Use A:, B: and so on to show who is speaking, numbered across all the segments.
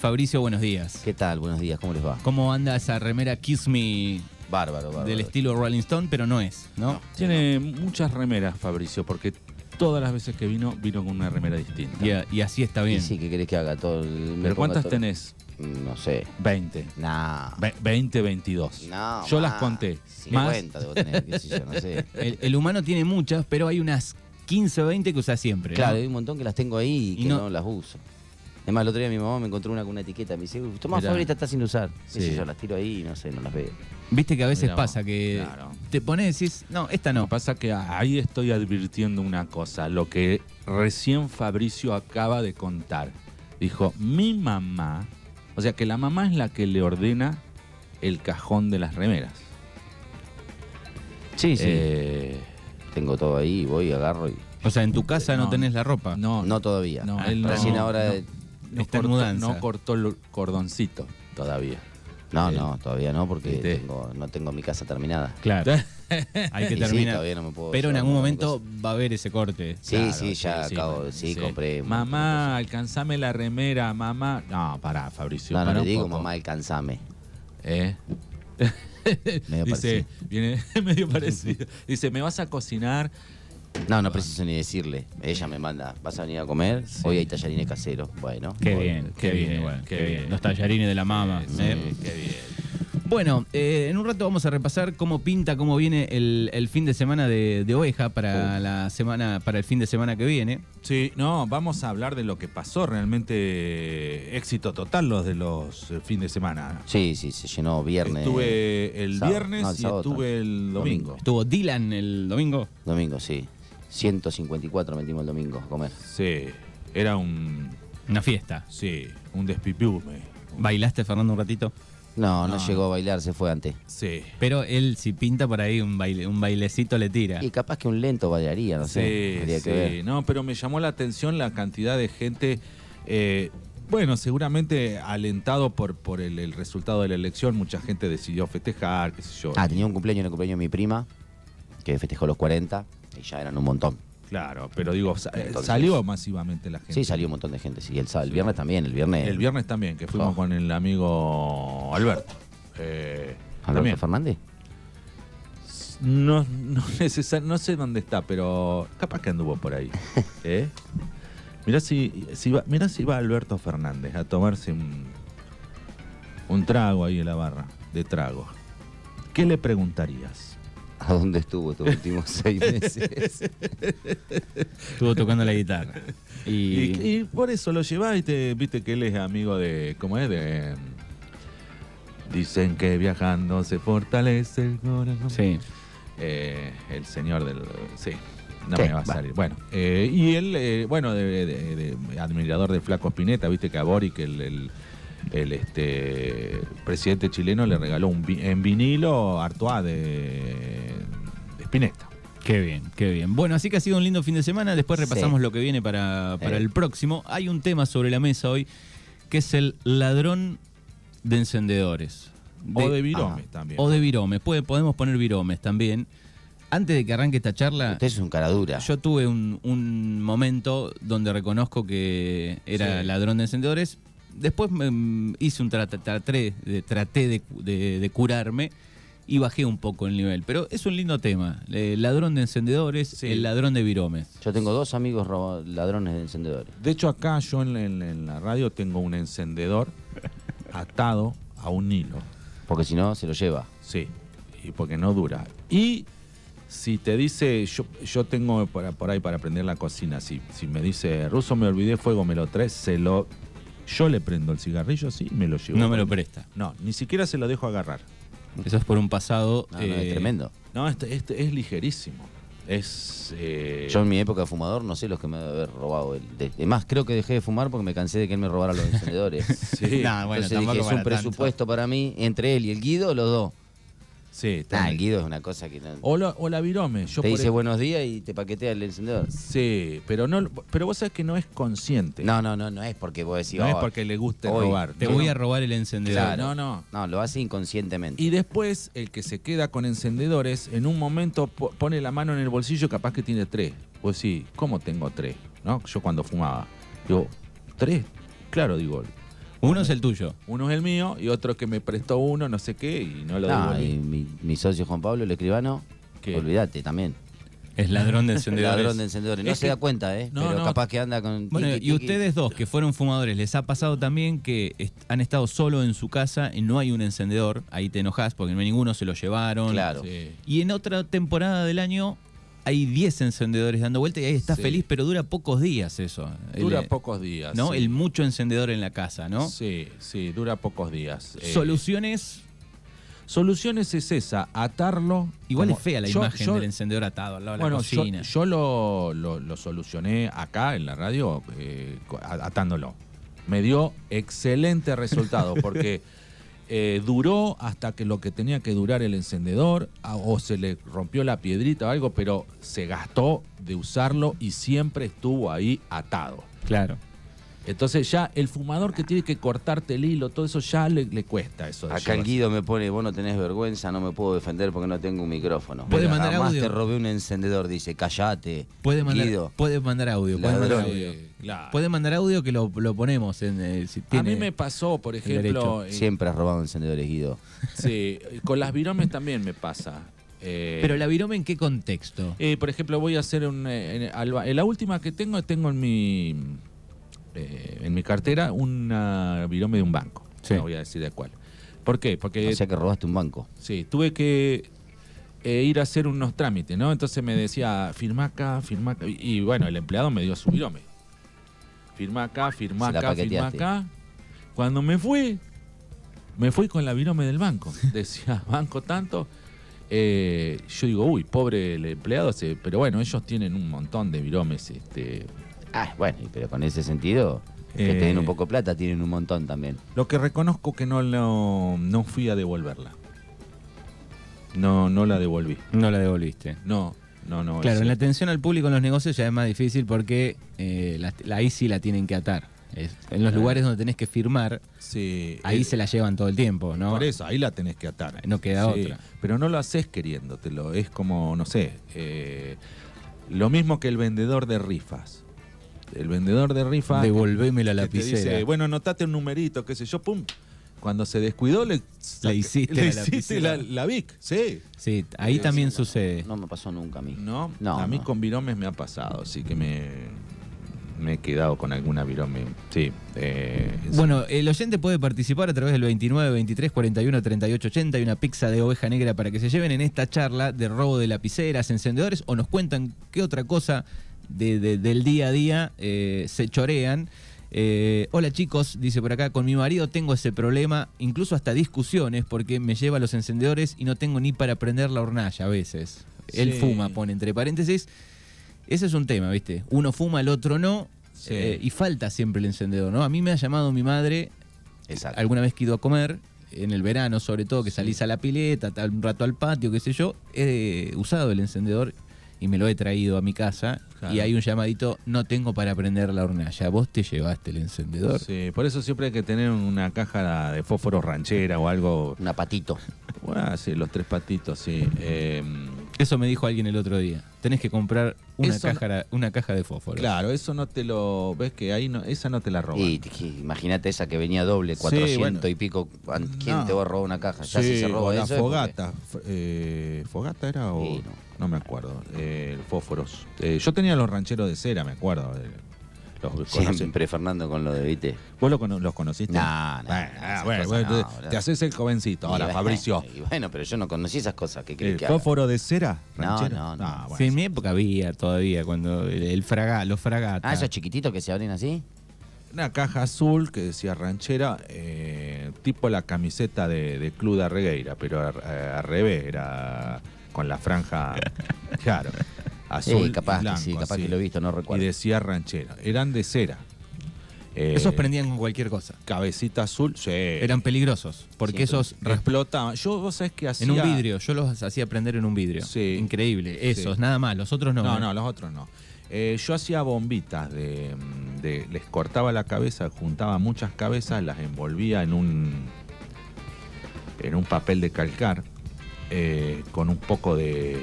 A: Fabricio, buenos días.
B: ¿Qué tal? Buenos días, ¿cómo les va?
A: ¿Cómo anda esa remera Kiss Me
B: Bárbaro, bárbaro.
A: del estilo Rolling Stone, pero no es, ¿no?
B: No.
C: Tiene muchas remeras, Fabricio, porque todas las veces que vino, vino con una remera distinta.
A: Y, a- y así está
B: Y
A: bien.
B: sí, ¿qué querés que haga? Todo el- me ponga
C: ¿Pero cuántas
B: todo-
C: tenés?
B: Mm, No sé.
C: 20.
B: Nah.
C: Ve- 20, 22.
B: No,
C: Yo las
B: más.
C: conté.
B: 50 debo tener, qué sé yo, no sé.
A: El, el humano tiene muchas, pero hay unas 15 o 20 que usa siempre. ¿no?
B: Claro, hay un montón que las tengo ahí y que
A: Y no-
B: no, las uso. Además, el otro día mi mamá me encontró una con una etiqueta. Me dice, toma
C: Mirá.
B: favorita, está sin usar. Qué sé
C: Sí.
B: yo las tiro ahí y no sé, no las veo.
A: Viste que a veces
C: Mirá vos.
A: pasa que
C: Claro.
A: te pones y decís, no, esta
C: Lo
A: no.
C: que pasa que ahí estoy advirtiendo una cosa, lo que recién Fabricio acaba de contar. Dijo, mi mamá, o sea que la mamá es la que le ordena el cajón de las remeras.
B: Sí, sí.
C: Eh,
B: Tengo todo ahí, voy, agarro y.
A: O sea, en tu casa no,
C: No.
A: tenés la ropa.
C: no,
B: No todavía.
C: no,
A: Ah,
C: él no-
B: Recién ahora.
C: no-
B: eh,
C: no
A: Está en
C: cortó-
A: mudanza.
C: no cortó el cordoncito todavía.
B: No,
C: él-
B: no, todavía no, porque
C: Viste.
B: tengo- no tengo mi casa terminada.
A: Claro. Hay que
B: Y sí,
A: terminar.
B: todavía no me puedo
A: pero en
B: llevar
A: algún
B: una
A: momento
B: cosa.
A: va a haber ese corte.
B: Sí,
C: Claro,
B: sí, ya acabo.
C: bueno,
B: sí, compré. un montón de cosas.
C: Mamá, alcanzame la remera, mamá. No, pará, Fabricio.
B: No, no
C: pará
B: le
C: un
B: digo,
C: poco.
B: mamá, alcanzame.
C: ¿Eh?
B: Medio
C: Dice, viene medio parecido. Dice, ¿me vas a cocinar?
B: No, no preciso ni decirle. Ella me manda, ¿vas a venir a comer? Hoy hay tallarines caseros. Bueno.
A: Qué
B: voy.
A: bien, qué
C: qué
A: bien,
C: bien,
A: igual,
C: qué
A: qué bien.
C: bien.
A: Los tallarines de la mama.
C: Sí,
A: ¿eh?
C: qué bien.
A: Bueno, eh, en un rato vamos a repasar cómo pinta, cómo viene el, el fin de semana de, de oveja para la semana, para el fin de semana que viene.
C: Sí, no, vamos a hablar de lo que pasó. Realmente éxito total los de los eh, fin de semana.
B: Sí, sí, se llenó viernes.
C: Estuve el
B: sábado.
C: viernes
B: No, el
C: y
B: sábado
C: estuve el domingo.
A: Estuvo Dylan el domingo.
B: Domingo, sí. 154 metimos el domingo a comer.
C: Sí, era un,
A: Una fiesta.
C: sí, un despipiume.
A: Bailaste Fernando un ratito.
B: No, no,
C: No.
B: llegó a bailar, se fue antes.
C: Sí.
A: Pero él si pinta por ahí un baile, un bailecito le tira.
B: Y capaz que un lento bailaría, no sé.
C: Sí,
B: Habría
C: sí.
B: que ver.
C: No, pero me llamó la atención la cantidad de gente. eh, bueno, seguramente alentado por, por el, el resultado de la elección, mucha gente decidió festejar, qué sé yo.
B: Ah, tenía un cumpleaños, en el cumpleaños de mi prima, que festejó los 40 y ya eran un montón.
C: Claro, pero digo, sa- eh,
B: Entonces-
C: salió masivamente la gente.
B: Sí, salió un montón de gente, sí. El, sábado, el viernes también, el viernes.
C: El viernes también, que fuimos
B: Oh.
C: con el amigo Alberto. Eh,
B: ¿Alberto
C: también.
B: Fernández?
C: No, no, necesar- no sé dónde está, pero capaz que anduvo por ahí. ¿eh? Mirá, si, si va, mirá si va Alberto Fernández a tomarse un, un trago ahí en la barra de trago. ¿Qué le preguntarías?
B: ¿A dónde estuvo estos últimos seis meses?
A: Estuvo tocando la guitarra. Y,
C: Y, y por eso lo llevás y te viste que él es amigo de. ¿Cómo es? De. Dicen que viajando se fortalece el corazón.
A: sí.
C: Eh, el señor del... Sí, no
B: Sí,
C: me va a
B: va.
C: salir. Bueno, eh, y él, eh, bueno, de, de- de- admirador de Flaco Spinetta, viste que a Boric, el, el- el, este, presidente chileno, le regaló un, vi- en vinilo Artois de, de Spinetta.
A: Qué bien, qué bien. Bueno, así que ha sido un lindo fin de semana. Después
B: Sí.
A: repasamos lo que viene para, para
B: Eh.
A: el próximo. Hay un tema sobre la mesa hoy que es el ladrón de encendedores.
C: o de Virome
B: ajá.
C: también.
A: o de viromes. Puede- podemos poner viromes también. Antes de que arranque esta charla,
B: Usted Este es un cara dura.
A: yo tuve un, un momento donde reconozco que era
C: Sí.
A: ladrón de encendedores. Después me, mm, hice un trata- traté, de, traté de, cu- de- de curarme y bajé un poco el nivel. Pero es un lindo tema. eh, ladrón de encendedores,
C: Sí.
A: el ladrón de viromes.
B: Yo tengo dos amigos robo- ladrones de encendedores.
C: De hecho, acá yo en la, en la- en la radio tengo un encendedor atado a un hilo.
B: Porque si no, se lo lleva.
C: Sí, y porque no dura. Y si te dice, yo, yo tengo por, por ahí para aprender la cocina, si, si me dice, ruso, me olvidé fuego, me lo traes, se lo... Yo le prendo el cigarrillo, sí, y me lo llevo.
A: No me lo presta.
C: No, ni siquiera se lo dejo agarrar.
A: Eso es por un pasado.
B: No, no, es
A: eh,
B: tremendo.
C: No, este, este es ligerísimo. Es... eh,
B: Yo en mi época de fumador no sé los que me debe haber robado. él. De- Es más, creo que dejé de fumar porque me cansé de que él me robara los encendedores.
C: Sí,
A: Nah, bueno,
B: Entonces
A: tampoco
B: dije, es un
A: para tanto.
B: presupuesto para mí entre él y el Guido, los dos.
C: sí,
B: Nah, el
C: también.
B: Guido es una cosa que no-
C: o, la, o la virome.
B: Ah, te
C: Yo Oh, por
B: dice
C: ej-
B: buenos días y te paquetea el encendedor.
C: Sí, pero, no, pero vos sabés que no es consciente.
B: No, no, no, no es porque vos decís.
C: No es
B: "Oh,
C: porque le guste
B: hoy
C: robar.
A: Te
C: No,
A: voy
C: no.
A: a robar el encendedor.
C: Claro, no, no.
B: No, lo hace inconscientemente.
C: Y después, el que se queda con encendedores, en un momento po- pone la mano en el bolsillo, capaz que tiene tres. Pues sí, ¿cómo tengo tres? ¿No? Yo cuando fumaba. Digo, ¿tres? Claro, digo.
A: Uno es el tuyo.
C: Uno es el mío y otro que me prestó uno, no sé qué, y no lo
A: Ah,
B: No, y
C: devolví.
B: mi, mi socio Juan Pablo, el escribano,
C: ¿Qué?
B: olvídate también.
A: Es ladrón de
B: El
A: encendedores.
B: ladrón de encendedores. No
C: Es
B: se
C: que-
B: da cuenta, ¿eh?
C: No,
B: pero
C: no.
B: capaz que anda con.
A: Este- Bueno,
B: tiqui,
A: y
B: tiqui.
A: ustedes dos que fueron fumadores, ¿les ha pasado también que est- han estado solo en su casa y no hay un encendedor? Ahí te enojás porque no hay ninguno, se lo llevaron.
B: Claro.
C: Sí.
A: Y en otra temporada del año hay 10 encendedores dando vuelta y ahí estás
C: Sí.
A: feliz, pero dura pocos días eso. El,
C: Dura
A: eh,
C: pocos días.
A: ¿No?
C: sí.
A: El mucho encendedor en la casa, ¿no?
C: Sí, sí, dura pocos días. Eh,
A: Soluciones.
C: Soluciones es esa, atarlo.
A: Igual
C: como-
A: es fea la
C: yo-
A: imagen
C: yo-
A: del encendedor atado al lado de
C: Bueno,
A: la
C: yo,
A: cocina.
C: yo lo, lo- lo solucioné acá en la radio eh, co- a- atándolo. Me dio excelente resultado porque eh, duró hasta que lo que tenía que durar el encendedor a- o se le rompió la piedrita o algo, pero se gastó de usarlo y siempre estuvo ahí atado.
A: Claro.
C: Entonces ya el fumador que tiene que cortarte el hilo, todo eso ya le, le cuesta eso. de
B: Acá el
C: llevarse.
B: Guido me pone, vos no tenés vergüenza, no me puedo defender porque no tengo un micrófono.
A: Puede
B: Mira,
A: mandar
B: jamás
A: audio.
B: te robé un encendedor, dice, callate.
A: Puede mandar,
B: Guido.
A: puede mandar audio. Puede mandar
B: Ladrón.
A: audio.
C: Eh, claro.
A: Puede mandar audio que lo, lo ponemos en eh, si
C: A
A: tiene-
C: mí me pasó, por
A: derecho.
C: ejemplo, eh,
B: Siempre has robado encendedores, Guido.
C: Sí, con las viromes también me pasa. Eh,
A: Pero la virome en qué contexto?
C: eh, por ejemplo, voy a hacer un, eh, en- alba- en la última que tengo, tengo en mi eh, en mi cartera una virome de un banco.
A: Sí.
C: No voy a decir de cuál. ¿Por qué? Porque
A: Eh,
B: o sea que robaste un banco.
C: sí, tuve que eh, ir a hacer unos trámites, ¿no? Entonces me decía, firma acá, firma acá. Y, y bueno, el empleado me dio su virome. Firma acá, firma
B: Se la
C: acá, firma
B: paqueteaste.
C: acá. Cuando me fui, me fui con la virome del banco. Decía, banco tanto. Eh, yo digo, uy, pobre el empleado. se- Pero bueno, ellos tienen un montón de viromes. Este,
B: Ah, bueno, y pero con ese sentido, que
C: Eh.
B: te den un poco de plata, tienen un montón también.
C: Lo que reconozco que no, lo- no fui a devolverla. No, no la devolví.
A: No la devolviste.
C: No, no, no.
A: Claro,
C: ese-
A: en la atención al público en los negocios ya es más difícil porque eh, la, la- ahí sí la tienen que atar. Es- en los
C: Claro.
A: lugares donde tenés que firmar,
C: Sí,
A: ahí
C: eh,
A: se la llevan todo el tiempo, ¿no?
C: Por eso, ahí la tenés que atar.
A: No queda otra.
C: Pero no lo haces queriéndotelo. Es como, no sé, eh, lo mismo que el vendedor de rifas. El vendedor de rifas.
A: Devolveme la
C: que te
A: lapicera.
C: dice, bueno, anotate un numerito, qué sé yo, pum. Cuando se descuidó, le, saca-
A: hiciste
C: le
A: la
C: hiciste la,
A: lapicera.
C: la Vic. Sí.
A: sí, ahí
C: eh,
B: Sí,
A: también
B: sí, no,
A: sucede.
B: No, me pasó nunca a mí.
C: No,
B: No,
C: a mí
B: no.
C: con viromes me ha pasado, así que me, me he quedado con alguna virome. Sí. eh,
A: Bueno, el oyente puede participar a través del 29 23 41 38 80 y una pizza de oveja negra para que se lleven en esta charla de robo de lapiceras, encendedores o nos cuentan qué otra cosa de- de- del día a día eh, se chorean. Eh, hola chicos, dice por acá, con mi marido tengo ese problema, incluso hasta discusiones, porque me lleva los encendedores y no tengo ni para prender la hornalla a veces. Él
C: Sí.
A: fuma, pone entre paréntesis. Ese es un tema, ¿viste? Uno fuma, el otro no.
C: Sí.
A: eh, y falta siempre el encendedor, ¿no? A mí me ha llamado mi madre
B: Exacto.
A: alguna vez que he ido a comer, en el verano sobre todo, que salís a la pileta, tal, un rato al patio, qué sé yo. He usado el encendedor y me lo he traído a mi casa.
C: Claro.
A: Y hay un llamadito, no tengo para prender la hornalla. Vos te llevaste el encendedor.
C: sí, por eso siempre hay que tener una caja de fósforos ranchera o algo.
B: Un apatito.
C: Bueno, sí, los tres patitos, sí. Eh,
A: Eso me dijo alguien el otro día. Tenés que comprar una,
C: Eso no-
A: caja, una caja de fósforo.
C: claro, eso no te lo. ¿Ves que ahí no, esa no te la roban?
B: Y t- que- imagínate esa que venía doble,
C: Sí,
B: 400
C: bueno.
B: y pico. ¿an- ¿Quién
C: No.
B: te va a robar una caja? Ya si
C: Sí,
B: se
C: o
B: roba
C: la
B: eso. es porque-
C: fogata. F- eh, ¿Fogata era o.?
B: Sí,
C: no.
B: no.
C: me acuerdo. Eh, fósforos. Eh, yo tenía los rancheros de cera, me acuerdo. eh, los conocí.
B: Siempre Fernando con lo de viste.
C: ¿Vos lo cono- los conociste?
B: No, no, no,
C: Bueno, ah,
B: esas
C: bueno,
B: cosas
C: bueno,
B: no,
C: te-
B: boludo.
C: te haces el jovencito ahora,
B: Y- eh,
C: Fabricio.
B: Y bueno, pero yo no conocí esas cosas. ¿Qué crees
C: ¿El
B: que haga?
C: fósforo de cera?
B: No,
C: ranchero?
B: no, no.
C: Ah, bueno,
A: Sí, en mi época había todavía, cuando el, el fraga, los fragatas.
B: Ah, esos chiquititos que se abren así.
C: Una caja azul que decía ranchera, eh, tipo la camiseta de, de Club de Arregueira, pero al- eh, al revés, era con la franja, claro, azul
B: Sí, capaz
C: y blanco,
B: que sí, capaz
C: así.
B: que lo he visto, no
C: Y
B: recuerdo.
C: decía ranchera, eran de cera. Eh,
A: Esos prendían con cualquier cosa.
C: Cabecita azul, sí.
A: Eran peligrosos, porque
B: Siempre.
A: esos raspaban
C: Explotaban. Yo, vos sabés que hacía...
A: En un vidrio, yo los hacía prender en un vidrio.
C: Sí.
A: Increíble, esos,
C: Sí.
A: nada más, los otros no.
C: No,
A: ¿eh?
C: no, los otros no. Eh, yo hacía bombitas de, mm, de- Les cortaba la cabeza, juntaba muchas cabezas, las envolvía en un. en un papel de calcar. eh, con un poco de.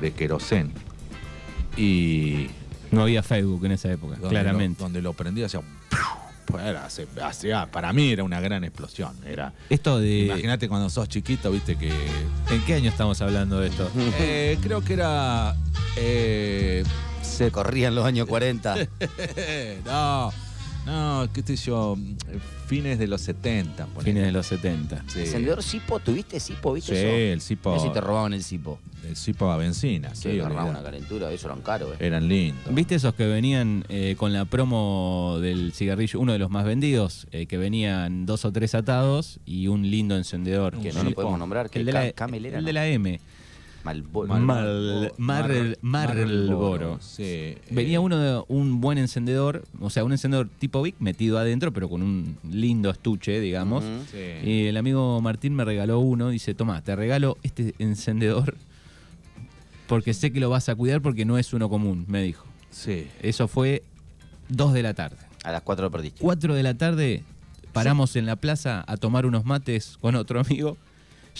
C: de querosén. Y.
A: No había Facebook en esa época,
C: donde
A: claramente.
C: lo- donde lo prendía hacía. un pues era- hace- hacía- para mí era una gran explosión. Era,
A: Esto de.
C: Imagínate cuando sos chiquito, viste que.
A: ¿En qué año estamos hablando de esto?
C: Eh, creo que era. eh,
B: Se corrían los años 40.
C: no, no, qué sé yo. Fines de los 70. ponele.
A: Fines de los 70.
C: Sí.
B: ¿Encendedor Sipo? ¿Tuviste Sipo?
C: Sí,
B: ¿Viste eso?
C: el Zipo.
B: No sé si te robaban el Sipo.
C: El Zipo a benzina.
B: Se
C: sí,
B: agarraba
C: olvidá.
B: una calentura, eso eran caros, eh.
C: Eran lindos.
A: ¿Viste esos que venían eh, con la promo del cigarrillo, uno de los más vendidos, eh, que venían dos o tres atados y un lindo encendedor?
B: Que
A: Que
B: no lo podemos nombrar, que
A: el de la,
B: Ca- Camel era,
A: el
B: ¿no?
A: de la M.
B: Malboro.
A: Mal- Marl- Marlboro.
C: Sí. eh,
A: Venía uno de un buen encendedor, o sea, un encendedor tipo Vic metido adentro, pero con un lindo estuche, digamos.
B: Ujú.
C: sí.
A: Y el amigo Martín me regaló uno, dice, toma, te regalo este encendedor porque sé que lo vas a cuidar porque no es uno común, me dijo.
C: Sí.
A: Eso fue 2 de la tarde.
B: A las 4 lo perdiste.
A: 4 de la tarde paramos en la plaza a tomar unos mates con otro amigo.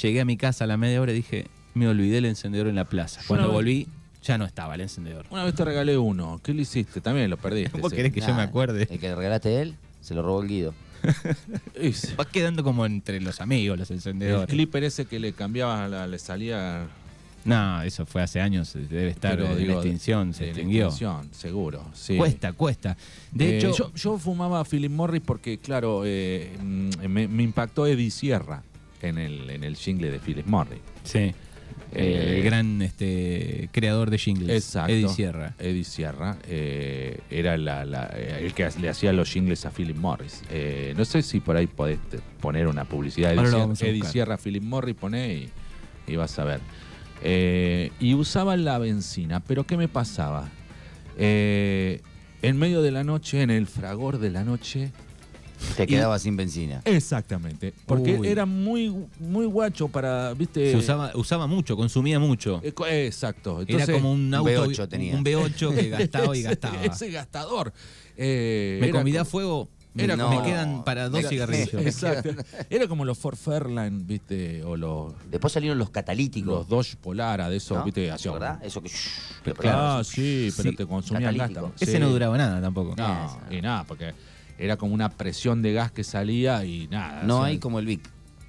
A: Llegué a mi casa a la media hora y dije, me olvidé el encendedor en la plaza. Cuando
C: Bueno,
A: volví, ya no estaba el encendedor.
C: Una vez te regalé uno. ¿Qué le hiciste? También lo perdiste.
A: ¿Vos
C: sí.
A: querés que yo me acuerde?
B: El que le regalaste a él, se lo robó el Guido.
C: Y sí.
A: Vas quedando como entre los amigos los
C: El
A: encendedores.
C: clipper ese que le cambiabas, la- le salía
A: No, eso fue hace años, debe estar
C: Pero,
A: en
C: digo,
A: extinción, se
C: en
A: extinguió.
C: extinción, seguro. sí.
A: Cuesta, cuesta. De
C: Eh,
A: hecho,
C: yo, yo fumaba Philip Morris porque, claro, eh, mm, me, me impactó Eddie Sierra en el, en el jingle de Philip Morris.
A: sí,
C: Eh,
A: el gran este, creador de jingles,
C: Exacto.
A: Eddie Sierra.
C: Eddie Sierra eh, era la- la- eh, el que le hacía los jingles a Philip Morris. Eh, no sé si por ahí podés te- poner una publicidad. Eddie,
A: Ahora lo
C: Sierra,
A: vamos a
C: Eddie
A: buscar.
C: Sierra, Philip Morris, poné y, y vas a ver. Eh, y usaba la benzina, pero ¿qué me pasaba? Eh, en medio de la noche, en el fragor de la noche,
B: Te quedabas sin benzina.
C: Exactamente. Porque
A: Uy.
C: era muy, muy guacho para, viste.
A: Se usaba, usaba mucho, consumía mucho.
C: Eh, co- eh, Exacto.
A: era como un
B: un
A: auto,
B: V8 tenía.
A: un V8 que gastaba y gastaba.
C: Ese gastador. Eh,
A: me
C: era
A: comida
C: como-
A: fuego, me-
B: era
A: me,
B: como-
A: quedan para dos
B: Era-
A: cigarrillos.
C: Exacto. Era como los Ford Fairline, viste, o los,
B: Después salieron los
C: los
B: catalíticos.
C: Dodge Polara, de esos,
B: ¿no?
C: viste, hacía-
B: ¿Verdad? Eso que. shhh, que
C: Ah,
B: pegabas.
C: sí, pero
A: Sí,
C: te consumían gas
B: catalítico.
C: también.
A: Ese
C: Sí.
A: no duraba nada tampoco.
C: No, y nada, porque era como una presión de gas que salía y nada. o
B: No
C: sea,
B: hay como el Vic,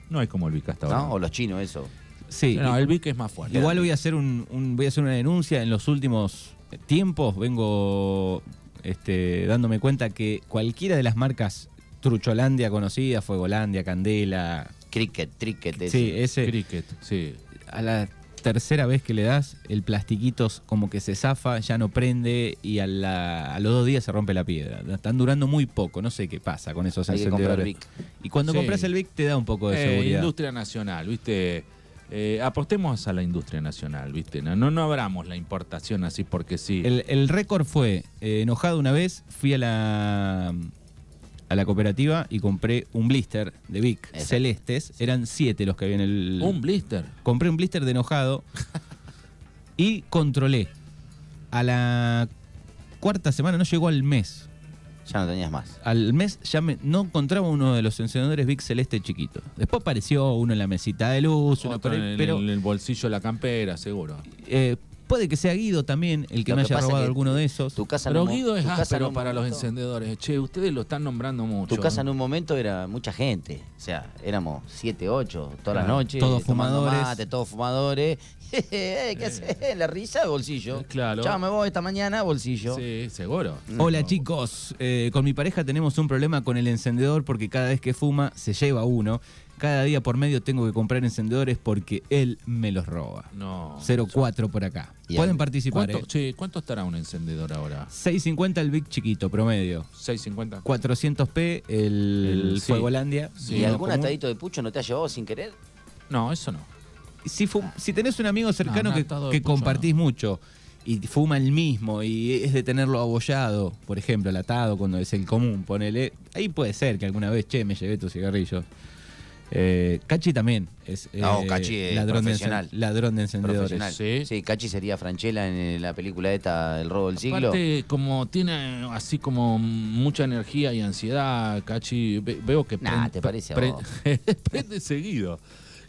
C: No hay como el Vic hasta ahora.
B: ¿no? O los chinos, eso.
A: Sí,
C: No, el Vic es más fuerte.
A: Igual voy a hacer un, un- voy a hacer una denuncia. En los últimos tiempos vengo este, dándome cuenta que cualquiera de las marcas Trucholandia conocida, Fuegolandia, Candela,
B: Cricket, tricket, ese.
A: sí, ese,
C: Cricket, sí.
A: a la tercera vez que le das, el plastiquito como que se zafa, ya no prende y a, la- a los dos días se rompe la piedra. Están durando muy poco, no sé qué pasa con esos
B: Hay que comprar
A: encendedores.
B: Vic.
A: Y cuando
C: Sí.
A: compras el Vic te da un poco de
C: Eh,
A: seguridad.
C: industria nacional, ¿viste? Eh, apostemos a la industria nacional, ¿viste? No, no, no abramos la importación así porque sí.
A: El, el récord fue, eh, enojado una vez, fui a la, a la cooperativa y compré un blister de Vic
B: Exacto.
A: celestes. Eran siete los que había en el...
C: Un blister.
A: compré un blister de enojado y controlé. A la cuarta semana, no llegó al mes.
B: Ya no tenías más.
A: Al mes ya me- no encontraba uno de los encendedores Vic celeste chiquito. Después apareció uno en la mesita de luz, uno
C: Otro
A: por ahí,
C: en, el-
A: pero...
C: en el bolsillo de la campera, seguro.
A: eh, Puede que sea Guido también el que
B: Lo
A: me
B: que
A: haya
B: pasa
A: robado
B: que
A: alguno de esos.
B: Tu casa
C: Pero
B: en un mo-
C: Guido es
B: tu casa en
C: áspero
B: un
C: para los
B: momento-
C: encendedores. Che, ustedes lo están nombrando mucho.
B: Tu casa
C: ¿eh?
B: en un momento era mucha gente, o sea, éramos 7, 8, todas las
A: Claro,
B: noches.
A: todos
B: tomando
A: fumadores.
B: mate, todos fumadores. Jeje, ¿Qué haces? La risa, bolsillo.
C: Eh, claro.
B: Chao, me voy esta mañana, bolsillo.
C: Sí, seguro.
A: Hola chicos, Eh, con mi pareja tenemos un problema con el encendedor porque cada vez que fuma se lleva uno. Cada día por medio tengo que comprar encendedores porque él me los roba.
C: No.
A: 04 por acá.
B: Y
A: Pueden
B: al-
A: participar.
C: ¿Cuánto, che, ¿cuánto estará un encendedor ahora?
A: 650 el Big chiquito promedio.
C: 650.
A: 400p el,
C: El- sí.
A: Fuegolandia.
C: Sí,
B: ¿Y
C: no,
B: algún
A: común.
B: atadito de pucho no te ha llevado sin querer?
C: No, eso no.
A: Si, fu- si tenés un amigo cercano
C: no,
A: que,
C: atado de
A: que
C: pucho,
A: compartís mucho y fuma el mismo y es de tenerlo abollado, por ejemplo, el atado cuando es el común, ponele. Ahí puede ser que alguna vez, che, me llevé tus cigarrillos. Eh, Cachi también es eh,
B: No, Cachi es
A: de
B: profesional.
A: encen- ladrón de encendedores.
B: Profesional.
C: sí.
B: Cachi sería Franchella en eh, la película esta, El robo del siglo.
C: Aparte, como tiene así como mucha energía y ansiedad, Cachi, ve- veo que
B: Nah,
C: pren-
B: te parece a
C: pre-
B: vos.
C: prende seguido.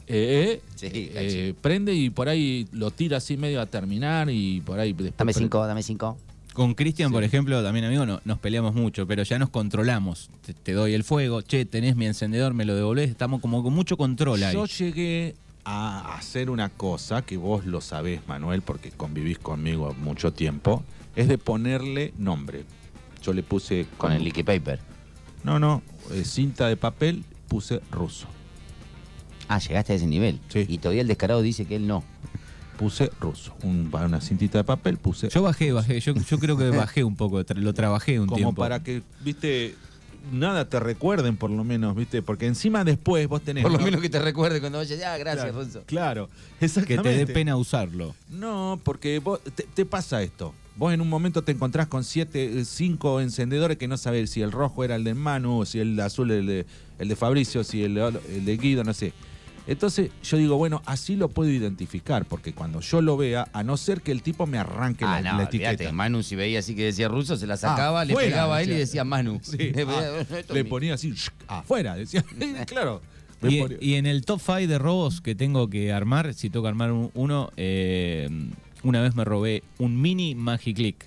C: Eh,
B: Sí,
C: eh,
B: Cachi.
C: prende y por ahí lo tira así medio a terminar y por ahí después
B: Dame
C: pre-
B: 5, dame 5.
A: Con Cristian, por ejemplo, también amigo, no- nos peleamos mucho, pero ya nos controlamos. Te, te doy el fuego, che, tenés mi encendedor, me lo devolvés, estamos como con mucho control ahí.
C: Yo llegué a hacer una cosa que vos lo sabés, Manuel, porque convivís conmigo mucho tiempo, es de ponerle nombre. Yo le puse
B: Con el liqui paper.
C: No, no, eh, cinta de papel, puse ruso.
B: Ah, llegaste a ese nivel.
C: Sí.
B: Y todavía el descarado dice que él no.
C: Puse ruso. Un- una cintita de papel puse
A: Yo bajé, bajé, yo, yo creo que bajé un poco, tra- lo trabajé un
C: como
A: tiempo.
C: para que, viste, nada te recuerden por lo menos, viste, porque encima después vos tenés...
B: Por lo
C: ¿no?
B: menos que te recuerde cuando vayas. Ah, gracias,
C: claro,
B: Russo.
C: Claro,
A: que
C: exactamente.
A: te dé pena usarlo.
C: No, porque vos, te, te pasa esto. Vos en un momento te encontrás con siete, eh, cinco encendedores que no sabés si el rojo era el de Manu, o si el azul el de, el de Fabricio, si el, de- el de Guido, no sé. Entonces yo digo, bueno, así lo puedo identificar, porque cuando yo lo vea, a no ser que el tipo me arranque
B: Ah,
C: la,
B: no,
C: la
B: olvídate.
C: etiqueta.
B: Manu, si veía así que decía ruso, se la sacaba,
C: Ah,
B: le
C: fuera,
B: pegaba a él y
C: decía.
B: decía Manu.
C: Sí,
B: Le,
C: ah, le ponía así, "Shh, afuera, decía. claro. me
A: Y,
C: ponía-
A: y en el top 5 de robos que tengo que armar, si toca armar un- uno, eh, una vez me robé un mini Magiclick.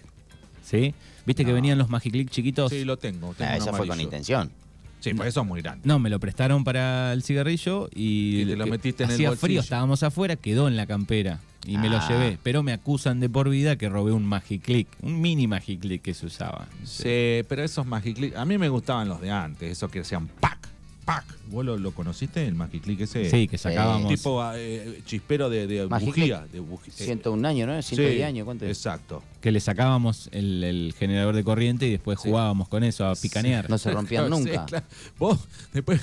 A: ¿Sí? ¿Viste que venían los Magiclick chiquitos?
C: Sí, lo tengo. tengo
B: Ah,
C: un
B: esa fue con
C: amarillo.
B: intención.
C: Sí, pues eso es muy grande.
A: No, me lo prestaron para el cigarrillo y,
C: Y te lo
A: que
C: metiste en el
A: hacía
C: bolsillo.
A: frío, estábamos afuera, quedó en la campera y me lo
B: Ah.
A: llevé. Pero me acusan de por vida que robé un Magiclick, un mini Magiclick que se usaba.
C: Sí, pero esos Magic Click- A mí me gustaban los de antes, esos que hacían pack, pack. ¿Vos lo, lo conociste, el Magic Click ese?
A: Sí, que sacábamos.
C: Tipo eh, chispero de, de
B: Magic
C: bujía. De buji- eh,
B: 101 años, ¿no? 110 años, ¿cuánto es?
C: Exacto.
A: Que le sacábamos el, el generador de corriente y después
C: Sí.
A: jugábamos con eso a picanear.
B: No se rompían
C: Claro, sí,
B: nunca.
C: claro. Vos después,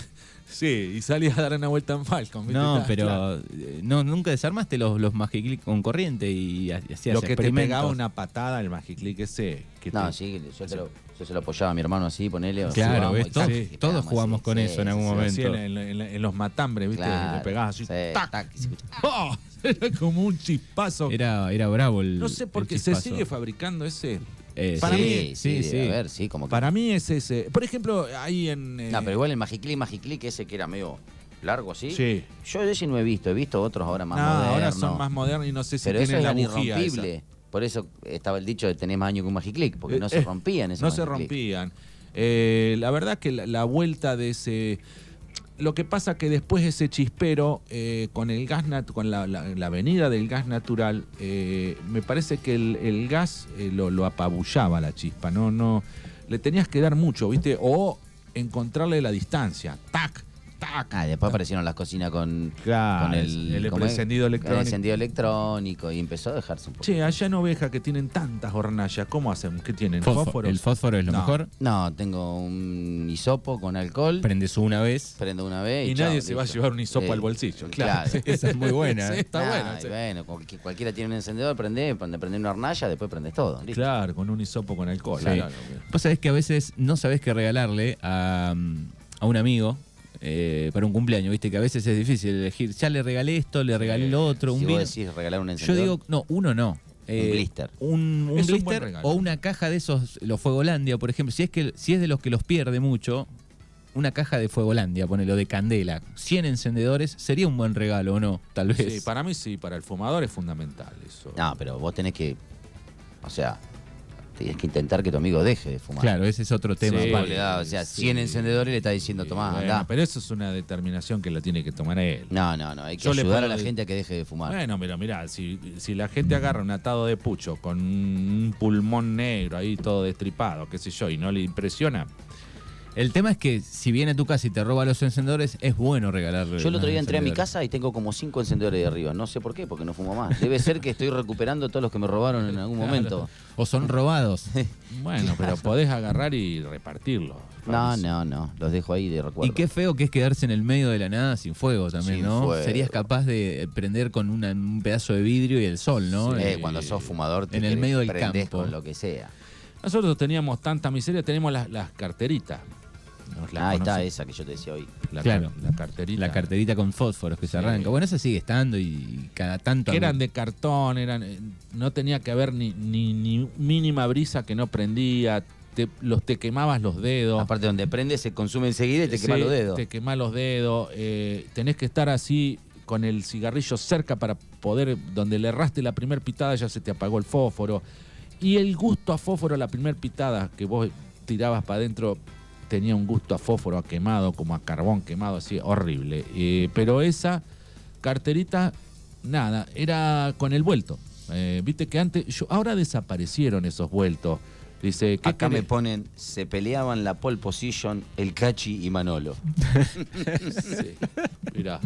C: sí, y salías a dar una vuelta en Falcon. ¿viste?
A: No,
C: Claro.
A: pero eh, no, nunca desarmaste los, los Magiclick con corriente y ha- hacías
C: Lo que te
A: experimentos.
C: pegaba una patada el Magic Click ese. Que
B: No,
C: te-
B: sí, yo, te lo, yo se lo apoyaba a mi hermano así, ponele. o
A: Claro,
B: jugábamos,
A: ¿ves?
B: y
A: Todos-
B: tac, y
A: todos
B: pegábamos
A: jugamos con eso en algún
C: se
A: momento.
C: hacía en, en- en los matambres, ¿viste?
B: Claro,
C: Le pegabas así.
B: sí,
C: ¡tac!
B: tac, y se escucha-
C: ¡Oh! Era como un chispazo.
A: Era, era bravo el
C: No sé por
A: el
C: qué se
A: chispazo.
C: sigue fabricando ese.
A: Eh,
C: Para
B: sí,
C: mí-
B: sí, sí. A ver, sí, como que.
C: Para mí es ese. Por ejemplo, ahí en. eh,
B: No, pero igual el Magiclick, Magiclick ese que era medio largo así.
C: Sí.
B: Yo ese no he visto, he visto otros ahora más
C: no,
B: modernos.
C: ahora son más modernos y no sé si
B: Pero eso
C: tienen la
B: era
C: bujía.
B: irrompible.
C: esa.
B: Por eso estaba el dicho de tenés más años que un Magiclick, porque no
C: Eh,
B: se
C: eh,
B: rompían esos
C: No se
B: Magiclick.
C: rompían. Eh, la verdad que la, la vuelta de ese. Lo que pasa que después ese chispero, eh, con el gas nat- con la, la- la venida del gas natural, eh, me parece que el, el gas eh, lo, lo apabullaba la chispa. No, no. Le tenías que dar mucho, ¿viste? O encontrarle la distancia. Tac, tac.
B: Ah, después aparecieron las cocinas con,
C: Claro,
B: con el,
C: el
B: ¿cómo es?
C: encendido electrónico.
B: El encendido electrónico y empezó a dejarse un poco.
C: Che, allá en Oveja que tienen tantas hornallas, ¿cómo hacen? ¿Qué tienen?
A: Fósforo.
C: ¿Fósforos?
A: El fósforo es lo
C: No.
A: mejor.
B: No, tengo un hisopo con alcohol,
A: Prendes una vez.
B: prendo una vez y,
C: Y
B: chao,
C: nadie se va a
B: listo.
C: llevar un hisopo
B: Eh,
C: al bolsillo, claro.
A: Esa es muy buena.
C: Ah, Sí,
A: ¿eh?
C: está
B: Nah,
C: bueno.
B: y
C: sí.
B: bueno, como que cualquiera tiene un encendedor, prende, prende, prende una hornalla, después prendes todo. listo.
C: Claro, con un hisopo con alcohol.
A: Sí.
C: claro.
A: Vos sabés que a veces no sabés qué regalarle a, mm, a un amigo eh, para un cumpleaños, viste que a veces es difícil elegir, ya le regalé esto, le regalé lo otro, un
B: si vos
A: vino.
B: decís regalar un
A: Yo
B: encendedor.
A: digo, no, uno no. Eh,
B: blister.
A: Un, un
C: Es un buen
A: blister
C: regalo.
A: o una caja de esos, los Fuegolandia, por ejemplo. Si es que si es de los que los pierde mucho, una caja de Fuegolandia, ponelo, de candela, 100 encendedores, sería un buen regalo, ¿o no? Tal vez.
C: Sí, para mí sí, para el fumador es fundamental eso.
B: No, pero vos tenés que. O sea, tenés que intentar que tu amigo deje de fumar.
A: Claro, ese es otro tema.
B: Vos
C: Sí.
A: aparte.
B: le das, o sea,
C: sí.
B: 100 encendedores y le está diciendo,
C: Eh,
B: tomá,
C: bueno,
B: andá.
C: Pero eso es una determinación que la tiene que tomar él.
B: No, no, no, hay que
C: Yo le
B: ayudar a
C: pongo
B: la
C: el-
B: gente a que deje de fumar.
C: Bueno, pero mirá, si, si la gente agarra un atado de pucho con un pulmón negro ahí todo destripado, qué sé yo, y no le impresiona,
A: El tema es que si viene a tu casa y te roba los encendedores, es bueno regalarle.
B: Yo el otro
A: los
B: día entré a mi
A: encendedores.
B: casa y tengo como cinco encendedores de arriba. No sé por qué, porque no fumo más. Debe ser que estoy recuperando todos los que me robaron en algún momento.
A: O son robados.
C: bueno, pero podés agarrar y repartirlo.
B: No, no, no. Los dejo ahí de recuerdo.
A: Y qué feo que es quedarse en el medio de la nada sin fuego también,
B: Sin
A: ¿no?
B: fuego.
A: Serías capaz de prender con una- un pedazo de vidrio y el sol, ¿no?
B: Eh,
A: Eh,
B: cuando sos fumador te
A: en el
B: querés-
A: medio del
B: prendés
A: campo.
B: con lo que sea.
C: Nosotros teníamos tanta miseria, tenemos las, las carteritas. Nos las
B: Ah, ahí está
C: conoce-
B: esa que yo te decía hoy.
C: La,
A: Claro.
C: la carterita.
A: La carterita con fósforos que se arranca. Bueno, esa sigue estando y cada tanto.
C: Que eran de cartón, eran eh, no tenía que haber ni, ni, ni mínima brisa que no prendía, te, los, te quemabas los dedos.
B: Aparte, donde prende se consume enseguida y te
C: Sí,
B: quema los dedos.
C: Te quemás los dedos, eh, tenés que estar así con el cigarrillo cerca para poder, donde le erraste la primer pitada ya se te apagó el fósforo. Y el gusto a fósforo, la primer pitada que vos tirabas para adentro, tenía un gusto a fósforo, a quemado, como a carbón quemado, así, horrible. Eh, pero esa carterita, nada, era con el vuelto. Eh, Viste que antes, yo, ahora desaparecieron esos vueltos. Dice, ¿qué
B: Acá me
C: querés?
B: ponen, se peleaban la pole position, el Cachi y Manolo.
C: Sí, mirá.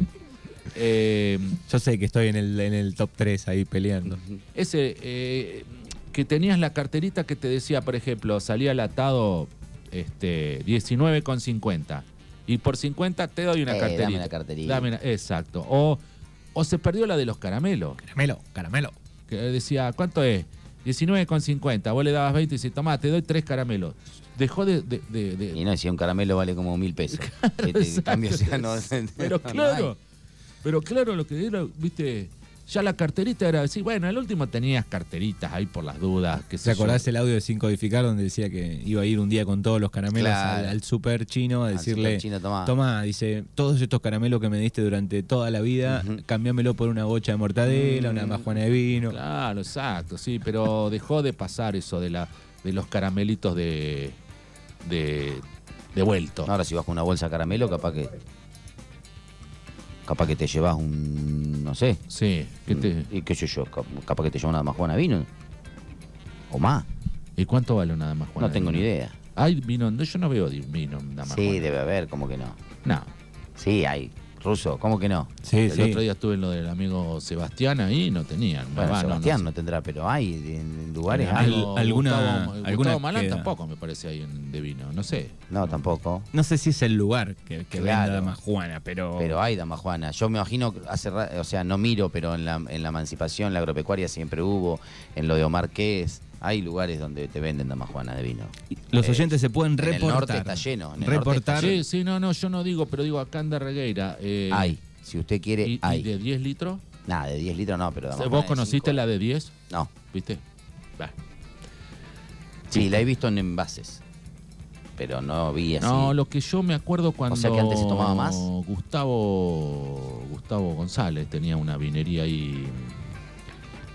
C: Eh,
D: Yo sé que estoy en el, en el top 3 ahí peleando.
C: Ese, eh, que tenías la carterita que te decía, por ejemplo, salía el atado este, 19,50. Y por 50 te doy una
B: Eh,
C: carterita.
B: dame una carterita.
C: Dame una- exacto. O, o se perdió la de los caramelos.
D: Caramelo, caramelo.
C: Que decía, ¿cuánto es? 19,50. Vos le dabas 20 y dices, tomá, te doy tres caramelos. Dejó de... de- de- de-
B: Y no, si un caramelo vale como mil pesos. Este, en
C: Exacto.
B: cambio, o sea, no-
C: Pero
B: no hay.
C: claro, pero claro, lo que era, viste, ya la carterita era así, bueno, el último tenías carteritas ahí por las dudas, que
D: ¿Se acordás el audio de Sin Codificar donde decía que iba a ir un día con todos los caramelos
B: Claro.
D: al, al super chino a
B: Al
D: decirle,
B: super chino, tomá.
D: dice, todos estos caramelos que me diste durante toda la vida, cambiámelo por una gocha de
B: Mm,
D: mortadela, una majuana de vino.
C: Claro, exacto, sí, pero dejó de pasar eso de la de los caramelitos de de, de vuelto.
B: Ahora si vas con una bolsa de caramelo, capaz que. Capaz que te llevas un. no sé.
C: Sí, este, ¿qué te-
B: Y qué sé yo, cap- capaz que te llevas una majuana de vino. O más.
C: ¿y cuánto vale nada más?
B: Mm. no tengo ni idea.
C: Hay vino, no, yo no veo di- vino nada más.
B: Sí, debe haber, como que no.
C: No.
B: Sí, hay. Ruso, ¿cómo que no?
D: Sí,
C: el otro día estuve en lo del amigo Sebastián ahí, no tenían.
B: Bueno,
C: Va, no, no
B: Sebastián
C: sé.
B: no, tendrá, pero hay en en lugares.
D: Al-
B: hay.
C: Amigo
D: alguna-
C: Gustavo, Gustavo
D: alguna
C: Malán
D: queda.
C: tampoco me parece ahí en, de vino, no sé.
B: No, tampoco.
D: No sé si es el lugar que, que
B: Claro.
D: venda la majuana,
C: Oh.
D: pero...
B: Pero hay damajuana. Yo me imagino, que hace ra- o sea, no miro, pero en la, en la emancipación, la agropecuaria siempre hubo, en lo de Omar Quez, hay lugares donde te venden damajuana de vino.
A: Los
B: Eh,
A: oyentes se pueden
B: en el
A: reportar.
B: norte está lleno, en el norte
D: reportar
C: Sí, sí, no, no, yo no digo, pero digo acá en Darregueira. eh,
B: hay, si usted quiere,
C: y, y
B: hay.
C: de 10 litros?
B: Nada, de 10 litros no, pero damajuana
C: ¿Vos
B: de
C: conociste
B: cinco.
C: la de 10?
B: No,
C: ¿Viste? Va.
B: sí, la he visto en envases, pero no vi así.
C: No, lo que yo me acuerdo cuando.
B: sea que antes se tomaba más.
C: Gustavo, Gustavo González tenía una vinería ahí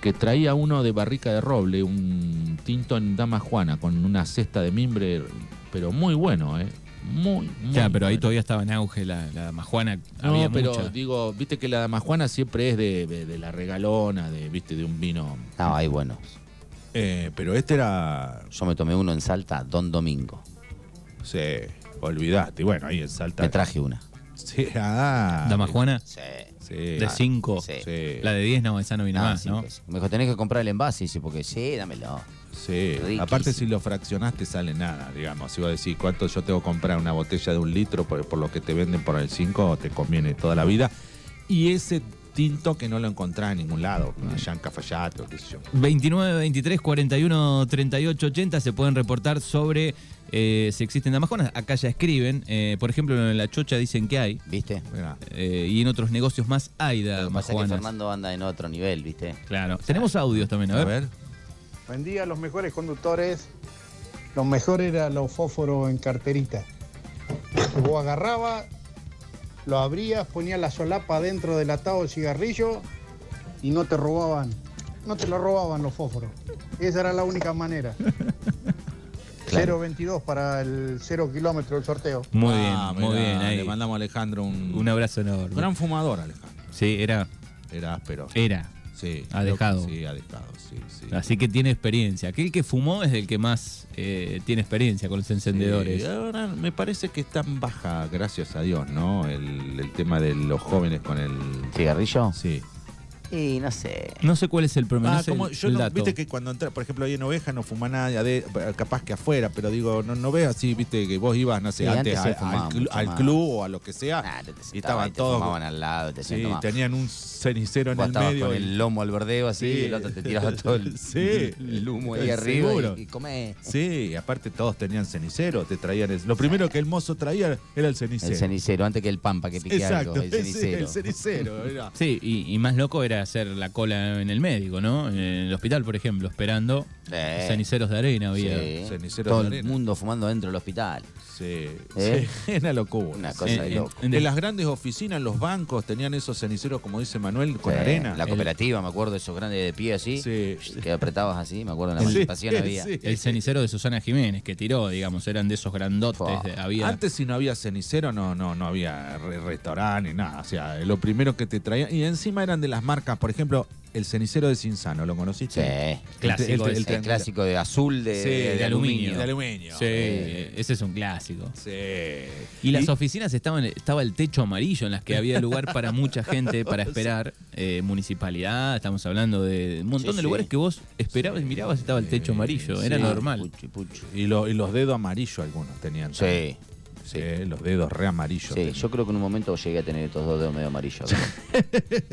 C: que traía uno de barrica de roble, un tinto en dama juana con una cesta de mimbre, pero muy bueno, ¿eh? Muy, muy.
D: Ya, pero ahí
C: bueno.
D: todavía estaba en auge la, la majuana. había
C: No, pero
D: mucha.
C: digo, viste que la dama juana siempre es de, de- de la regalona, de viste de un vino.
B: No, hay buenos.
C: Eh, pero este era.
B: Yo me tomé uno en Salta, Don Domingo.
C: Se olvidaste. Bueno, ahí en Salta.
B: Me traje una.
C: Sí, ah,
D: ¿La majuana?
B: Sí.
C: Sí. Ah,
D: De 5.
B: sí.
C: Sí.
D: La de 10 no, esa no vino
B: Ah,
D: más,
B: sí,
D: ¿no?
B: pues. Me dijo, tenés que comprar el envase, dice, porque sí, dámelo.
C: Sí,
B: Riquísimo.
C: aparte si lo fraccionaste sale nada, digamos. Si vos decís cuánto yo tengo que comprar una botella de un litro por, por lo que te venden por el 5, te conviene toda la vida. Y ese tinto que no lo encontrás en ningún lado, allá en Cafayate o qué sé yo.
A: 29, 23, 41, 38, 80 se pueden reportar sobre eh, si existen damajonas. Acá ya escriben. eh, por ejemplo, en la chocha dicen que hay.
B: ¿Viste?
C: Mirá.
A: eh, y en otros negocios más hay
B: Lo que pasa es que
A: damajuanas.
B: Fernando anda en otro nivel, ¿viste?
A: Claro. Tenemos audios también, a ver.
C: A ver.
E: Buen día, los mejores conductores. Lo mejor era los fósforos en carterita. Que Vos agarrabas, lo abrías, ponías la solapa dentro del atado de cigarrillo y no te robaban. No te lo robaban los fósforos. Esa era la única manera. 0.22 para el 0 kilómetro del sorteo.
A: Muy
C: Ah,
A: bien, muy
C: mirá,
A: bien.
C: Le
A: ahí.
C: mandamos a Alejandro un,
A: Un abrazo enorme.
C: gran fumador, Alejandro.
A: Sí, era.
C: Era áspero.
A: Era.
C: Sí,
A: Ha
C: creo que
A: dejado.
C: Sí, ha dejado, sí, sí.
A: Así que tiene experiencia. Aquel que fumó es el que más eh, tiene experiencia con los encendedores.
C: Sí, ahora me parece que es tan baja, gracias a Dios, ¿no? El, el tema de los jóvenes con el...
B: ¿Cigarrillo?
C: Sí.
B: Y no sé.
A: No sé cuál es el promedio.
C: Ah,
A: no sé
C: como
A: el-
C: yo
A: el
C: no,
A: dato.
C: viste que cuando entra, por ejemplo, ahí en Oveja no fuma nadie, ade- capaz que afuera, pero digo, no, no veo así, viste, que vos ibas, no sé,
B: Sí,
C: antes,
B: antes se
C: al-
B: fumaba
C: al, clu-
B: mucho
C: al
B: más.
C: club o a lo que sea,
B: Nah, Ah, te- te
C: y
B: sentaba
C: estaban
B: y te
C: todos,
B: fumaban al lado, te
C: sí,
B: hacían tomar.
C: tenían un cenicero en
B: Vos
C: el
B: estabas
C: medio.
B: con
C: y-
B: el lomo al verdeo así,
C: Sí.
B: y el otro te tiraba todo el,
C: Sí.
B: el humo ahí
C: El
B: arriba
C: seguro.
B: y, y comé.
C: Sí, aparte todos tenían cenicero, te traían, el- lo primero que el mozo traía era el cenicero.
B: El cenicero, antes que el pampa que pique
C: Exacto,
B: algo, el
C: ese,
B: cenicero.
C: el cenicero, era.
A: Sí, y, y más loco era puede hacer la cola en el médico, ¿no? En el hospital, por ejemplo, esperando
B: Eh,
A: ceniceros de arena
B: sí.
A: había.
C: Cenicero
B: Todo
C: de
B: el
C: arena.
B: mundo fumando dentro del hospital.
C: Sí,
B: ¿Eh?
C: sí, una locura.
B: Una
C: Sí.
B: cosa de
A: En-
B: loco.
A: en-
C: En las grandes oficinas, los bancos tenían esos ceniceros, como dice Manuel, con
B: Sí,
C: arena.
B: La cooperativa, me acuerdo, esos grandes de pie así,
C: Sí.
B: que apretabas así, me acuerdo, en la
C: Sí,
B: participación había.
C: sí.
A: El cenicero de Susana Jiménez que tiró, digamos, eran de esos grandotes.
B: Fua.
A: de- había
C: Antes si no había cenicero, no, no, no había re- restaurante ni nada. O sea, lo primero que te traían. Y encima eran de las marcas, por ejemplo, el cenicero de Cinsano, ¿lo
B: Sí.
C: conociste?
A: Clásico
C: el- el-
A: ese.
C: el-
B: El clásico de azul de,
C: Sí,
B: de
A: de
B: aluminio.
A: aluminio.
C: De aluminio.
A: Sí, ese es un clásico.
C: Sí.
A: Y las oficinas estaban, estaba el techo amarillo en las que había lugar para mucha gente para esperar. Eh, municipalidad, estamos hablando de un montón
B: Sí,
A: de
B: sí.
A: lugares que vos esperabas y mirabas, estaba el techo amarillo.
C: Sí.
A: Era
B: Sí.
A: normal.
B: Puchi, puchi.
C: Y, lo- y los dedos amarillos algunos tenían.
B: Sí.
C: Sí, los dedos re amarillos.
B: Sí,
C: tenían.
B: yo creo que en un momento llegué a tener estos dos dedos medio amarillos.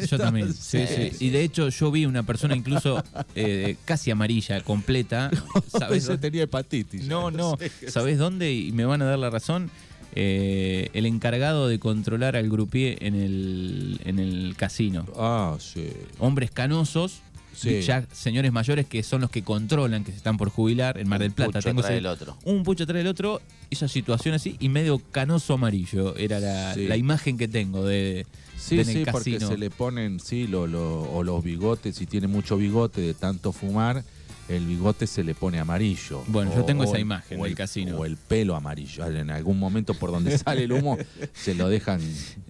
A: Yo también. Sí,
B: Sí,
A: sí. eh, Y de hecho, yo vi una persona incluso eh, casi amarilla, completa. ¿Sabes?
C: Yo tenía hepatitis.
A: No, no. ¿Sabés dónde? Y me van a dar la razón. Eh, el encargado de controlar al grupié en el, en el casino.
C: Ah, sí.
A: Hombres canosos,
C: Sí.
A: ya señores mayores que son los que controlan, que se están por jubilar en Mar del Plata.
B: Pucho
A: Tengo
B: atrás
A: ese-
B: del otro.
A: Un pucho trae el otro, esa situación así, y medio canoso amarillo. Era la,
C: Sí.
A: la imagen que tengo de,
C: Sí,
A: de en
C: sí,
A: el
C: porque
A: casino.
C: se le ponen, sí, lo, lo- o los bigotes, si tiene mucho bigote de tanto fumar, el bigote se le pone amarillo.
A: Bueno,
C: O-
A: yo tengo
C: o
A: esa
C: el-
A: imagen
C: o
A: del
C: el-
A: casino.
C: O el pelo amarillo. Ah, En algún momento por donde sale el humo se lo dejan.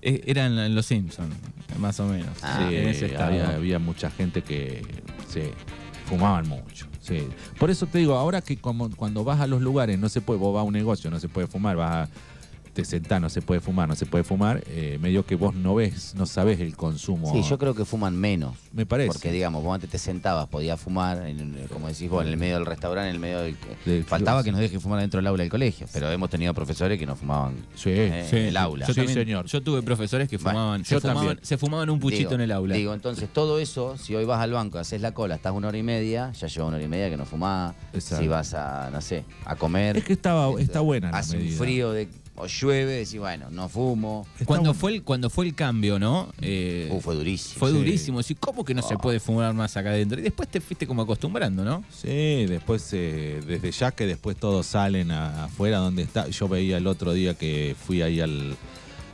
A: Eh, eran en Los Simpsons, más o menos.
B: Ah,
A: en ese estado.
C: había, había mucha gente que se fumaban mucho. Sí. Por eso te digo, ahora que como, cuando vas a los lugares, no se puede, vos vas a un negocio, no se puede fumar, vas a, te sentás, no se puede fumar, no se puede fumar, eh, medio que vos no ves, no sabés el consumo.
B: Sí, yo creo que fuman menos.
C: Me parece.
B: Porque, digamos, vos antes te sentabas, podías fumar, en- como decís vos, en el medio del restaurante, en el medio del...
C: Del
B: Faltaba
C: kiosco.
B: que nos dejen fumar dentro del aula del colegio, pero hemos tenido profesores que no fumaban
C: Sí,
B: eh,
A: Sí.
B: en el aula.
A: Yo
C: Sí,
A: también-
C: señor.
A: Yo tuve profesores que
B: Bueno,
A: fumaban,
C: yo
A: se, fumaban
C: también.
A: se fumaban un puchito
B: Digo-
A: en el aula.
B: Digo, entonces todo eso, si hoy vas al banco, haces la cola, estás una hora y media, ya lleva una hora y media que no fumás.
C: Exacto.
B: Si vas a, no sé, a comer.
C: Es que estaba, está buena la
B: eh, Hace un
C: medida.
B: frío de, o llueve, decís, bueno, no fumo.
A: cuando, fue el, cuando fue el cambio, ¿no? Eh,
B: Uh, fue durísimo.
A: fue
C: sí.
A: durísimo. Decir, ¿cómo que no se puede fumar más acá adentro? Y después te fuiste como acostumbrando, ¿no?
C: Sí, después, eh, desde ya que después todos salen a- afuera donde está. Yo veía el otro día que fui ahí al,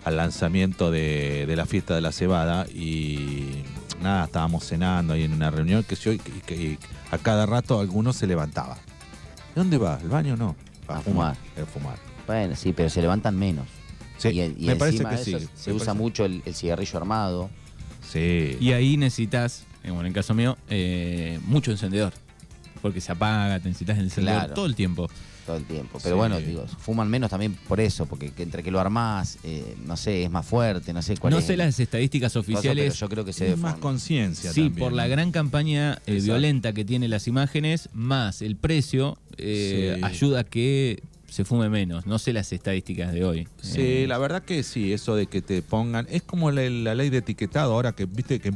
C: al lanzamiento de, de la fiesta de la cebada y nada, estábamos cenando ahí en una reunión que yo, y que- y a cada rato alguno se levantaba. ¿De dónde va? ¿El baño no?
B: A fumar.
C: A fumar.
B: Bueno, sí, pero se levantan menos.
C: Sí,
B: y, y
C: me parece
B: encima
C: que
B: de
C: sí.
B: eso Se
C: me
B: usa
C: parece-
B: mucho el, el cigarrillo armado.
C: Sí.
A: Y ahí necesitas, eh, bueno, en el caso mío, eh, mucho encendedor. Porque se apaga, te necesitas el encendedor
B: Claro.
A: todo el tiempo.
B: todo el tiempo. Pero
C: Sí.
B: bueno, digo, fuman menos también por eso, porque que entre que lo armás, eh, no sé, es más fuerte, no sé cuál
A: No
B: es
A: sé
B: el
A: las estadísticas
B: coso,
A: oficiales.
B: pero yo creo que se
C: Es
B: debe
C: más conciencia
A: Sí,
C: también,
A: por la
C: ¿no?
A: gran campaña eh,
C: Exacto.
A: violenta que tiene las imágenes, más el precio, eh,
C: Sí.
A: ayuda a que se fume menos. No sé las estadísticas de hoy.
C: Sí,
A: Eh,
C: la verdad que sí, eso de que te pongan. Es como la, la ley de etiquetado ahora que viste que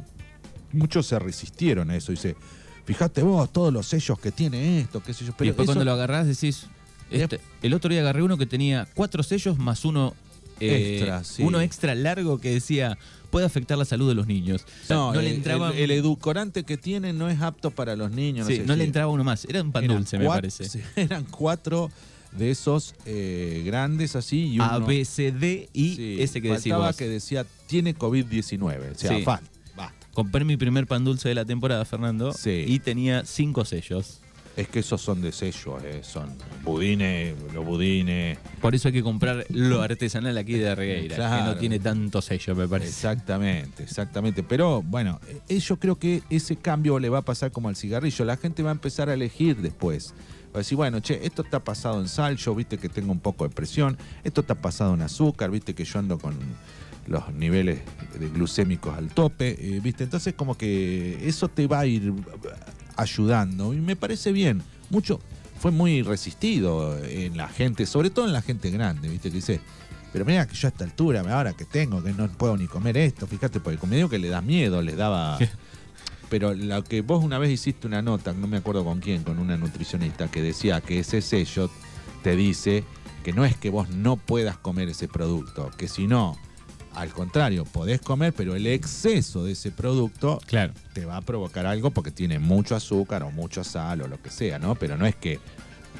C: muchos se resistieron a eso. Dice, fijate vos, todos los sellos que tiene esto, qué sé yo.
A: y
C: Pero
A: después
C: eso-
A: cuando lo agarrás decís, este- el otro día agarré uno que tenía cuatro sellos más uno eh,
C: Extra, sí.
A: uno extra largo que decía puede afectar la salud de los niños. O sea,
C: no,
A: No, le
C: el-
A: entraba
C: El, el edulcorante que tiene no es apto para los niños.
A: sí,
C: no, sé
A: no
C: si-
A: le entraba uno más, era un pan
C: eran
A: dulce me
C: cuat-
A: parece.
C: sí, eran cuatro de esos eh, grandes así y uno.
A: A, B, C, D y
C: sí,
A: ese que decís
C: faltaba
A: vos.
C: que decía, tiene COVID-19. O sea,
A: Sí.
C: falta. Basta.
A: Compré mi primer pan dulce de la temporada, Fernando,
C: Sí.
A: y tenía cinco sellos.
C: Es que esos son de sellos, eh, son budines, los budines.
A: Por eso hay que comprar lo artesanal aquí de Regueira, que
C: Claro.
A: no tiene tanto sello, me parece.
C: Exactamente, exactamente. Pero bueno, eh, yo creo que ese cambio le va a pasar como al cigarrillo. La gente va a empezar a elegir después. Va a decir, bueno, che, esto está pasado en sal, yo viste que tengo un poco de presión, esto está pasado en azúcar, viste que yo ando con los niveles de glucémicos al tope, eh, viste. Entonces como que eso te va a ir ayudando y me parece bien. Mucho, fue muy resistido en la gente, sobre todo en la gente grande, viste, que dice, pero mira que yo a esta altura, ahora que tengo, que no puedo ni comer esto, fíjate, porque como digo que le das miedo, les daba. Pero lo que vos una vez hiciste una nota, no me acuerdo con quién, con una nutricionista, que decía que ese sello te dice que no es que vos no puedas comer ese producto, que si no Al contrario, podés comer, pero el exceso de ese producto
D: Claro.
C: te va a provocar algo porque tiene mucho azúcar o mucha sal o lo que sea, ¿no? Pero no es que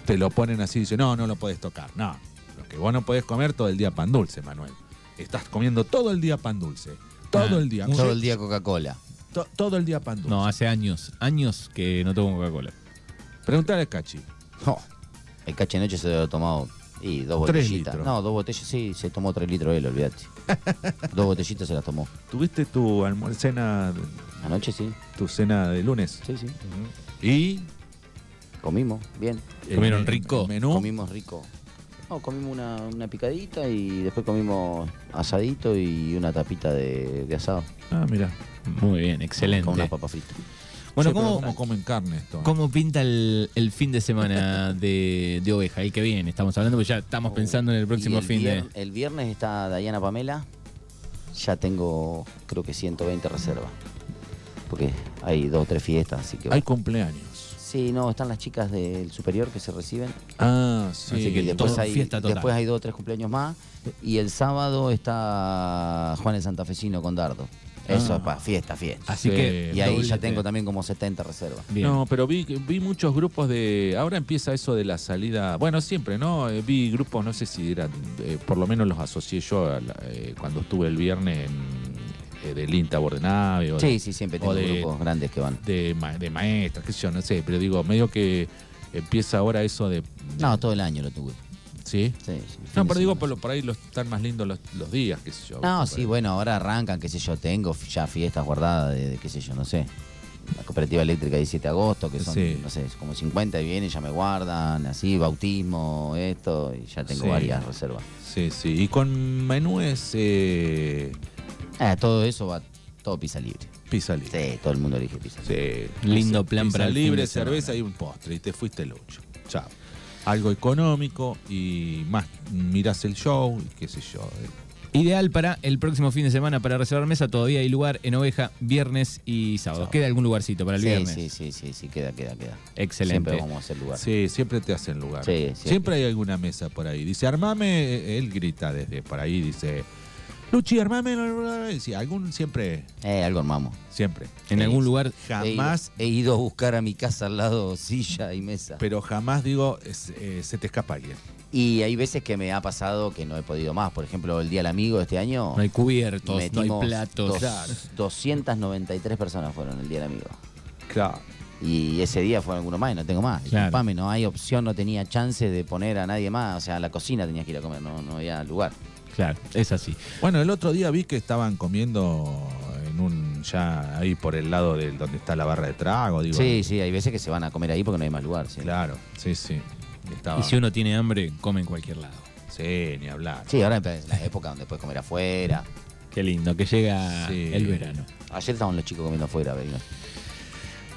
C: te lo ponen así y dicen, no, no lo podés tocar. No, lo que vos no podés comer todo el día pan dulce, Manuel. Estás comiendo todo el día pan dulce.
D: Ah,
C: Todo el día.
B: Todo el día Coca-Cola.
C: To- todo el día pan dulce.
D: No, hace años, años que no tomo Coca-Cola.
C: Preguntale a Cachi.
B: No, el cache noche se había tomado y dos
C: Tres
B: botellitas.
C: litros.
B: No, dos botellas, sí, se tomó tres litros él, olvídate. dos botellitas se las tomó.
C: ¿Tuviste tu almuer- cena,
B: Anoche sí,
C: tu cena de lunes?
B: sí, sí.
C: Y.
B: Comimos, bien.
C: el
D: ¿Comieron
C: me-
D: rico?
C: el menú.
B: Comimos rico. No, comimos una, una picadita y después comimos asadito y una tapita de, de asado
C: Ah, mira.
D: Muy bien, excelente.
B: con unas papas fritas.
D: Bueno,
C: Che, pero
D: ¿cómo,
C: ¿cómo comen carne esto?
D: ¿Cómo pinta el, el fin de semana de, de oveja? El que viene, estamos hablando, porque ya estamos pensando en el próximo
B: Uh, Y el
D: fin
B: vier- El viernes está Dayana Pamela. Ya tengo, creo que 120 reservas. Porque hay dos o tres fiestas, así que...
C: Hay cumpleaños.
B: Sí, no, están las chicas del superior que se reciben.
C: Ah, sí.
D: Así
B: Y
D: que
B: después
D: todo
B: hay,
D: fiesta total.
B: después hay dos o tres cumpleaños más. Y el sábado está Juan el Santafesino con Dardo. Eso
C: Ah.
B: es para fiesta, fiesta.
D: de. Así
C: Sí.
D: que.
B: y ahí ya
D: doblete.
B: tengo también como 70 reservas.
D: Bien.
C: No, pero vi, vi muchos grupos de... Ahora empieza eso de la salida... Bueno, siempre, ¿no? Eh, Vi grupos, no sé si eran... eh, por lo menos los asocié yo a la- eh, cuando estuve el viernes en, eh, del INTA Bordenave o,
B: Sí,
C: de-
B: sí, siempre
C: o
B: tengo
C: de-
B: grupos grandes que van.
C: de, ma- de maestras, qué sé yo, no sé. Pero digo, medio que empieza ahora eso de...
B: No, todo el año lo tuve.
C: ¿Sí?
B: Sí, sí, fin
C: No,
B: de
C: pero digo,
B: semana.
C: por, lo- por ahí los, están más lindos los, los días, qué sé yo.
B: No,
C: Por
B: sí,
C: ahí.
B: bueno, ahora arrancan, qué sé yo, tengo ya fiestas guardadas de, de qué sé yo, no sé. La cooperativa eléctrica 17 de agosto, que son,
C: Sí.
B: no sé, como 50 y vienen, ya me guardan, así, bautismo, esto, y ya tengo
C: Sí.
B: varias reservas.
C: Sí, sí. Y con menúes... Eh,
B: Ah, todo eso va, todo pizza libre.
C: pizza libre.
B: Sí, todo el mundo elige pizza libre.
C: Sí.
D: Lindo
C: Pizza-
D: plan
C: pizza
D: para el fin
C: libre,
D: de semana.
C: cerveza y un postre. Y te fuiste lucho. Chao. Algo económico y más mirás el show y qué sé yo. eh.
D: Ideal para el próximo fin de semana para reservar mesa. Todavía hay lugar en oveja viernes y sábado.
C: Sábado.
D: Queda algún lugarcito para el
B: sí,
D: viernes.
B: sí, sí, sí, sí, queda, queda, queda.
D: Excelente.
B: Siempre vamos a hacer lugar.
C: Sí, siempre te hacen lugar.
B: Sí, siempre.
C: Siempre hay alguna mesa por ahí. Dice, armame, él grita desde por ahí, dice, Luchi, armame, bla, bla, bla". Sí, algún siempre,
B: Eh, algo armamos.
C: siempre.
D: En
B: Sí,
D: algún
B: sí.
D: lugar.
B: He ido-
C: Jamás,
B: He ido a buscar a mi casa al lado silla y mesa.
C: pero jamás digo, es- eh, se te escapa alguien.
B: Y hay veces que me ha pasado que no he podido más. Por ejemplo, el Día del Amigo este año.
D: No hay cubiertos, no
B: metimos
D: hay platos.
B: dos- 293 personas fueron el Día del Amigo.
C: Claro.
B: Y ese día fueron algunos más y no tengo más.
D: Claro.
B: Disculpame, no hay opción, no tenía chance de poner a nadie más. O sea, a la cocina tenías que ir a comer, no, no había lugar.
D: Claro, es así.
C: Bueno, el otro día vi que estaban comiendo en un ya ahí por el lado del donde está la barra de trago, digo.
B: sí, sí, hay veces que se van a comer ahí porque no hay más lugar. sí.
C: Claro, sí, sí. Estaba.
D: Y si uno tiene hambre, come en cualquier lado.
C: Sí, ni hablar.
B: Sí, ahora es la época donde puedes comer afuera.
D: Qué lindo, que llega
C: Sí.
D: el verano.
B: Ayer estaban los chicos comiendo afuera, Belino.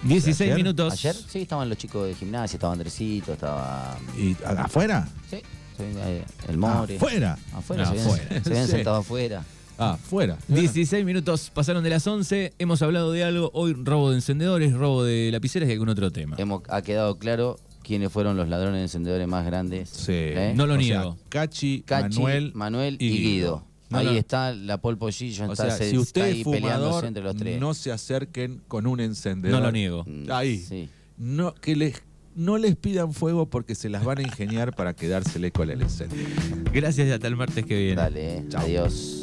D: 16
C: ¿Ayer?
D: minutos.
B: Ayer sí, estaban los chicos de gimnasia, estaba Andresito, estaba.
C: ¿Y a- afuera?
B: Sí, sí, eh, el More.
C: ¿Afuera?
B: Afuera, se
D: Afuera.
B: habían, se habían
C: Sí.
B: sentado afuera.
C: Ah, Afuera.
D: 16 minutos pasaron de las 11. Hemos hablado de algo. Hoy robo de encendedores, robo de lapiceras y algún otro
C: Ah.
D: tema.
B: Hemos, ha quedado claro quiénes fueron los ladrones de encendedores más grandes.
C: Sí.
B: ¿Eh?
D: No lo
C: O
D: niego.
C: sea, Cachi,
B: Cachi,
C: Manuel,
B: Manuel, y Guido.
C: No,
B: ahí
C: no.
B: está la Paul Pollillo,
C: O
B: está,
C: sea,
B: se-
C: si
B: está
C: usted
B: ahí
C: es
B: peleándose
C: fumador,
B: entre los tres.
C: no se acerquen con un encendedor.
D: No lo niego.
B: Mm,
C: Ahí.
B: sí.
C: No, que les, no les pidan fuego porque se las van a ingeniar para quedársele con el encendedor.
D: Gracias y hasta el martes que viene.
B: Dale, eh.
C: Chau.
B: adiós.